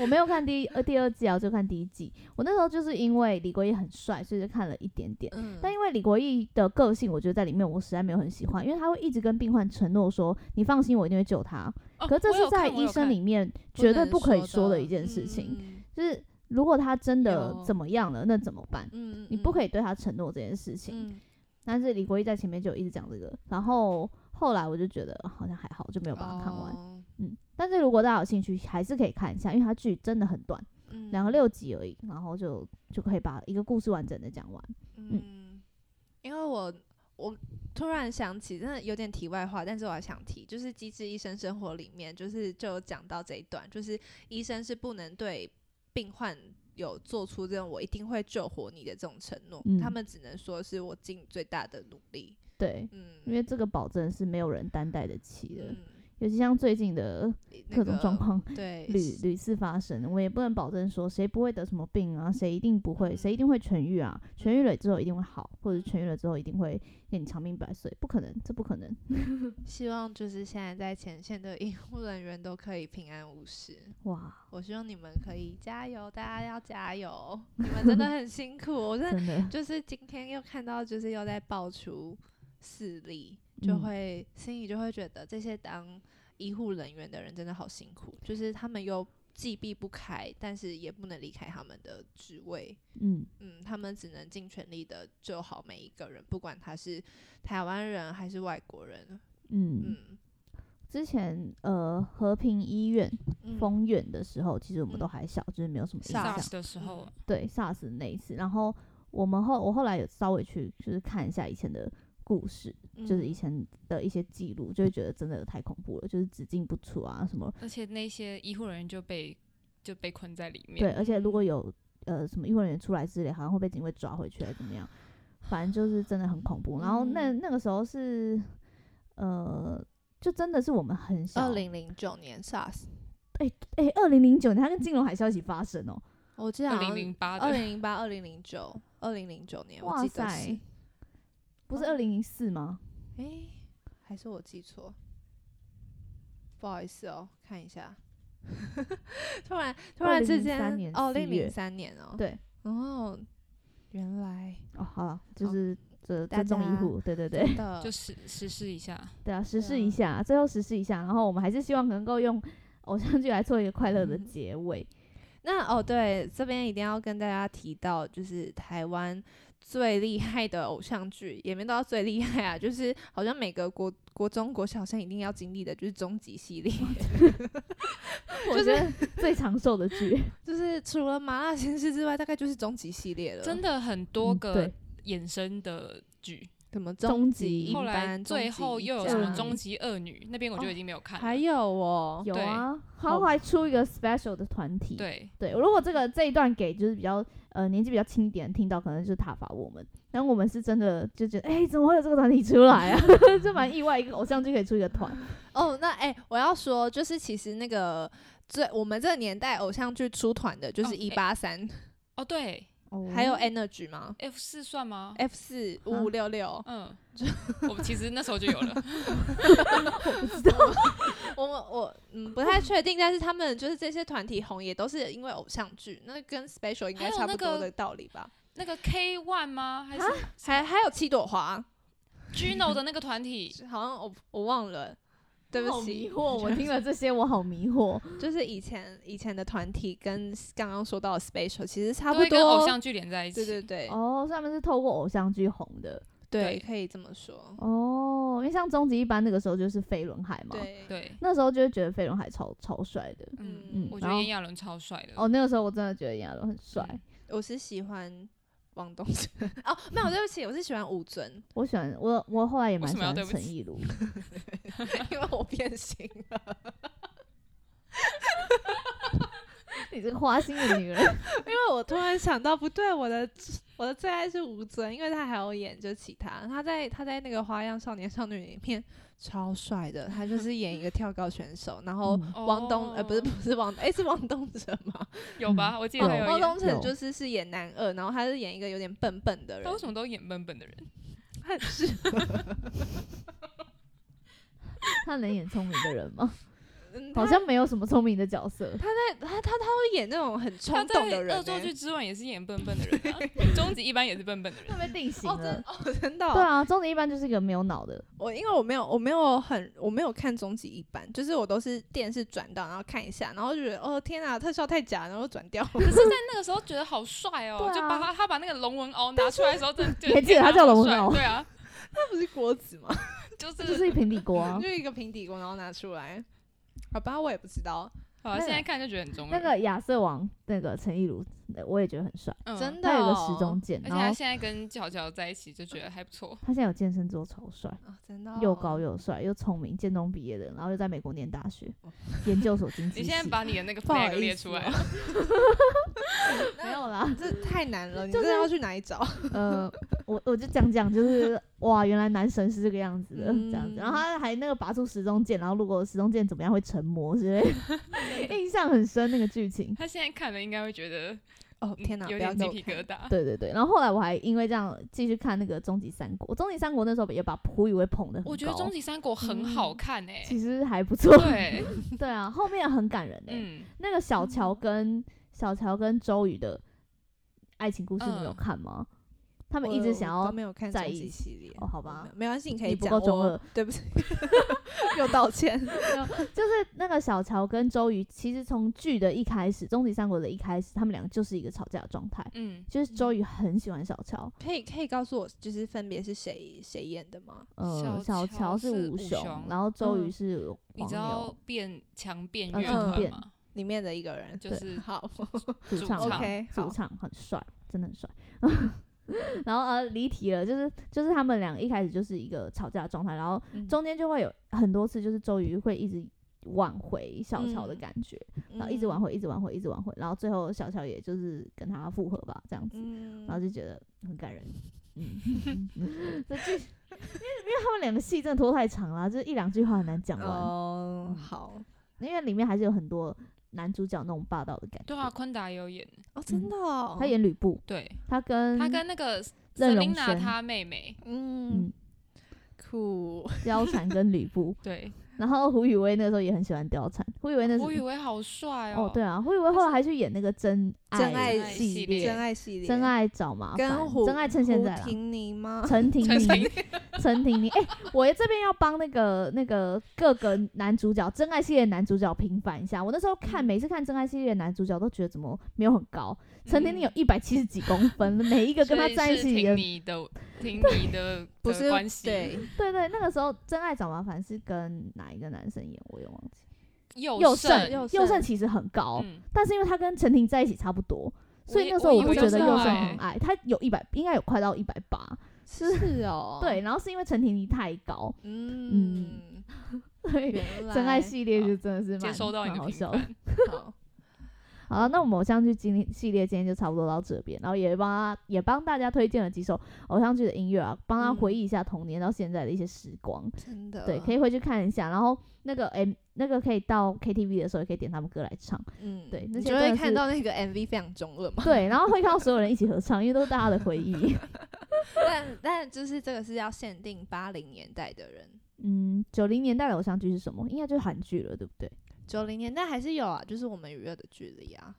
我没有看第一呃第二季啊，我就看第一季。我那时候就是因为李国毅很帅，所以就看了一点点。嗯，但因为李国毅的个性，我觉得在里面我实在没有很喜欢，因为他会一直跟病患承诺说：“你放心，我一定会救他。哦可是这我有是在看我医有生看里面绝对能不可以说说的的一件事情，嗯就是如果他真的有怎么样了，那怎么办？嗯，你不可以以对他承诺这件事情。嗯但是李国毅在前面就一直讲这个，然后后来我就觉得呃好像还好，就没有把它看完。完，嗯，但是如果大家有兴趣，还是可以看一下，因为它剧真的很短，嗯两个六集而已，然后就就可以把一个故事完整的讲完。嗯，因为我我突然想起，真的有点题外话，但是我还想提，就是《机智医生生活》里面，就是就有讲到这一段，就是医生是不能对病患有做出这种“我一定会救活你”的这种承诺，嗯他们只能说是我尽最大的努力。对，嗯，因为这个保证是没有人担待得起的，嗯，尤其像最近的那各种个状况 *laughs* 对屡屡次发生，我也不能保证说谁不会得什么病啊，谁一定不会，谁一定会痊愈啊，痊愈了之后一定会好，或者痊愈了之后一定会给你长命百岁，不可能，这不可能。希望就是现在在前线的医护人员都可以平安无事。哇，我希望你们可以加油，大家要加油， *laughs* 你们真的很辛苦，我 *laughs* 真的真的，就是今天又看到，就是又在爆出事例，就嗯会、心里就会觉得这些当医护人员的人真的好辛苦，就是他们又既避不开，但是也不能离开他们的职位，嗯，嗯，他们只能尽全力的救好每一个人，不管他是台湾人还是外国人，嗯，嗯，之前呃和平医院嗯封院的时候，其实我们嗯都还小，就是没有什么印象。 SARS SARS 啊的时候，对 SARS 那一次，然后我们后我后来有稍微去就是看一下以前的故事，就是以嗯前的一些记录，就会觉得真的太恐怖了，就是只进不出啊什么。而且那些医护人员就被就被困在里面。对，而且嗯如果有呃什么医护人员出来之类，好像会被警卫抓回去还是怎么样，反正就是真的很恐怖。然后那嗯那个时候是呃，就真的是我们很小二，零零九年 SARS，哎，二零零九年它跟金融海啸一起发生哦、我记得二好零像零八二的，零零八、二零零九、二零零九年，我哇记得塞是，不是二零零四吗？诶，还是我记错？不好意思哦，看一下。 *laughs* 突然，突然之间2003年，哦， 4零月零三年哦，对，哦，原来哦，好了，就好是这大尊重家医护，对 *laughs* 对对，真的就实实施一下。对啊，实对施一啊下，最后实施一下，然后我们还是希望能够用偶像剧来做一个快乐的嗯 *laughs* 结尾。那哦，对，这边一定要跟大家提到，就是台湾最厉害的偶像剧，也没到最厉害啊，就是好像每个国国中国小生一定要经历的，就是终极系列。我觉得 *laughs* 最长寿的 *laughs* 剧，就是除了麻辣鲜师之外，大概就是终极系列了。真的很多嗯对个衍生的剧，什么终终极极一后来班，终最极后一又有家什么嗯《终极恶女》那边我就哦已经没有看还了。有哦，有对啊，好好还出一个 special 的团体。对，对，如果这个这一段给就是比较呃年纪比较轻一点听到，可能就是挞伐我们。但我们是真的就觉得，哎、怎么会有这个团体出来啊？ *laughs* 就蛮意外，一个偶像剧可以出一个团。哦，那哎、我要说，就是其实那个最我们这个年代偶像剧出团的，就是哦一八三，哦对还有 Energy 吗，F 四算吗？ ？F 四五五六 *laughs* 六，嗯，我其实那时候就有了。我们我嗯不太确定，但是他们就是这些团体红也都是因为偶像剧，那跟 Special 应该还有差那不多个的道理吧？那个 K One 吗？还是啊还还有七朵花， Gino 的那个团体？好像我我忘了，对不好迷起，惑，我听了这些，我好迷惑。就是以前以前的团体跟刚刚说到的 Special 其实差都不会跟多，偶像剧连在一起。对对对、哦，所以他们是透过偶像剧红的。对，对可以这么说，哦，因为像终极一班那个时候就是飞轮海嘛，对对，那时候就会觉得飞轮海超超帅的。嗯嗯，我然觉得后炎亚纶超帅的。哦，那个时候我真的觉得炎亚纶很帅，嗯我是喜欢王东哲哦，没有，对不起，我是喜欢吴尊，我喜欢我我后来也蛮为喜什么要欢对不陈起 *laughs* 意如，因为我变形了，你这个花心的 *laughs* 女人， *laughs* 因为我突然想到，不对，我的我的最爱是吴尊，因为他还有演就其他，他在他在那个《花样少年少女》里面超帅的，他就是演一个跳高选手，然后。嗯王东呃不是哦不是王哎、是王东哲吗？有吧？我记得哦他有王演。东哲有就是是演男二，然后他是演一个有点笨笨的人他为，什么都演笨笨的人？他很适合他能演聪明的人 *laughs* 吗？ *laughs* 嗯 *laughs* 好他像没有什么聪明的角色。他他他他会演那种很他冲在动的《人、恶作剧欸。之吻》也是演笨笨的人 *laughs* 啊，终极一般也是笨笨的人。他被定型哦，真了。哦真的哦、对啊，终极一般就是一个没有 *laughs* 脑的。我因为我没有我没有很我没有看终极一班，就是我都是电视转到，然后看一下，然后就觉得哦天啊，特效太假，然后转掉。可是，在那个时候觉得好帅哦，对啊就把他他把那个龙纹鳌拿出来的时候，真的就你还记得他叫龙纹鳌对啊，那 *laughs* 不是锅子吗？就这就是是一平底 *laughs* 锅啊就。一个平底锅，然后拿出来。好吧，我也不知道，好啊，那个现在看就觉得很中那二。个亚瑟王，那个陈亦儒，我也觉得很帅。嗯真的、他哦。有一个时钟剑，而且然他后现在跟巧巧在一起，就觉得还不错。他现在有健身做超帅，哦，真的、哦。又高又帅，又聪明，建中毕业的，然后又在美国念大学，研究所经济哦你系现。在把你的那个不好 flag 意列思出来哦，没有啦，这太难 *laughs* 了，你就真是的要去哪里找？呃，我我就讲讲，就是哇，原来男神是这个样子的，这样子。嗯然后他还那个拔出时钟剑，然后如果时钟剑怎么样会成魔之类的， *laughs* 印象很深那个剧情。 *laughs* 他现在看了应该会觉 *laughs* 得 *laughs* 哦嗯天哪，不有要点给鸡我皮看疙瘩。对对对，然后后来我还因为这样继续看那个《终极三国》，《终极三国》那时候也把胡宇威捧的，我觉得《终极三国》很好看诶，嗯其实还不错，对，对啊，后面很感人哎、嗯，那个小乔跟小乔跟周瑜的爱情故事，你有嗯看吗？他们我一直想我要都没有看在终一极起系列。哦好我吧没有没关系，你可你以不讲。够中我二对不起， *laughs* 又道歉。就是那个小乔跟周瑜，其实从剧的一开始，《终极三国》的一开始，他们两个就是一个吵架的状态。嗯，就是周瑜很喜欢小乔，可以可以告诉我，就是分别是谁谁演的吗？呃，小小乔是是武武雄，雄然后周瑜嗯是你黄知道牛变强变呃乐强团变吗？里面的一个人。就对是 *laughs* 好主主唱唱嘛，OK，主好，唱很帅，真的很帅。 *laughs* 然后呃，离题了，就是就是他们俩一开始就是一个吵架的状态，然后嗯中间就会有很多次，就是周瑜会一直挽回小乔的嗯感觉，然后一直挽回，一直挽回，一直挽回，然后最后小乔也就是跟他复合吧，这样子，嗯。然后嗯，就觉得很感人。嗯，这 *laughs* 句，因为因为他们两个戏真的拖太长了，啊就是一两句话很难讲完，哦嗯，好，因为里面还是有很多男主角那种霸道的感觉。对啊，昆达也有演，哦，真的哦，他演吕布，对他跟他跟那个任容 Selina 萱她妹妹，嗯嗯，酷，貂蝉跟吕布， *laughs* 对，然后胡宇威那时候也很喜欢貂蝉，胡宇威哎那时胡宇威好帅哦对啊，胡宇威后来还去演那个真 *laughs* 真爱爱系系列真列，爱系列，真爱找麻跟烦胡，真爱趁现在胡啦。婷妮吗？陈婷陈妮，陈婷妮，哎、我这边要帮那个那个各个男主角，真爱系列男主角平反一下。我那时候看，每次看真爱系列男主角都觉得怎么没有很高，陈婷妮有一百七十几公分，每一个跟他 *laughs* 所以在一是起听的你 *laughs* 的听你的不的是关系，对，对对，那个时候《真爱找麻烦》是跟哪一个男生演？我也忘记。佑佑哦胜胜，佑佑胜胜其实很高，嗯，但是因为他跟陈婷在一起差不多，所以也那时候我我以不为觉佑得胜佑很胜矮很矮，他有一百，应该有快到一百八。是哦，对，，然后是因为陈婷妮太高，嗯，所以原来哦真爱系列就真的是哦接蛮收到你蛮的好平笑的。凡，好，好了，那我们偶像剧今天系列今天就差不多到这边，然后也帮他也帮大家推荐了几首偶像剧的音乐啊，帮他嗯回忆一下童年到现在的一些时光。真的，呃对，以，可以回去看一下。然后那个诶，那个可以到 KTV 的时候也可以点他们歌来 *laughs* 唱。嗯，对那你些就真会的看是到那个 MV 非常中 *laughs* 二嘛，对，然后会看到所有人一起合唱，因为都是大家的回忆。但但就是这个是要限定八零年代的人，嗯，九零年代的偶像剧是什么？应该就是韩剧了，对不对？九零年代还是有啊，就是我们娱乐的距离啊，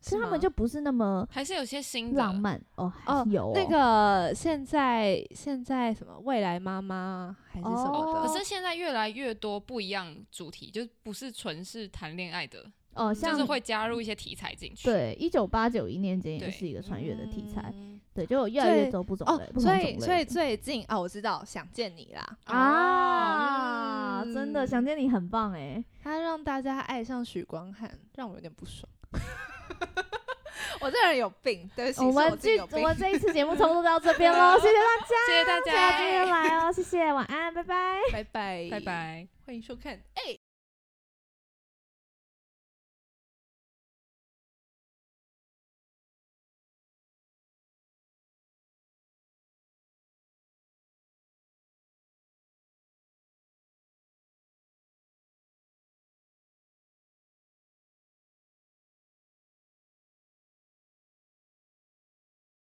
其实他们吗就不是那么还是有些新的浪漫哦，还哦是有哦那个现在现在什么未来妈妈还是什么的，哦可是现在越来越多不一样主题，就是不是纯是谈恋爱的，哦，就像是会加入一些题材进去。，对一九八九一年间也对是一个穿越的题材，嗯对，就有越来越对多不种哦类，不，同所种以类所以最近哦，我知道想见你啦，啊，嗯真的想见你很棒哎，他让大家爱上许光汉，让我有点不爽。 *laughs* 我这人有病，对不起，我是们自己这有我病。们这一 *laughs* 次节目差不多到这边喽，谢谢大谢谢大家今天家，来哦，谢谢，晚安，拜拜。拜拜，拜，拜。欢迎收看。哎、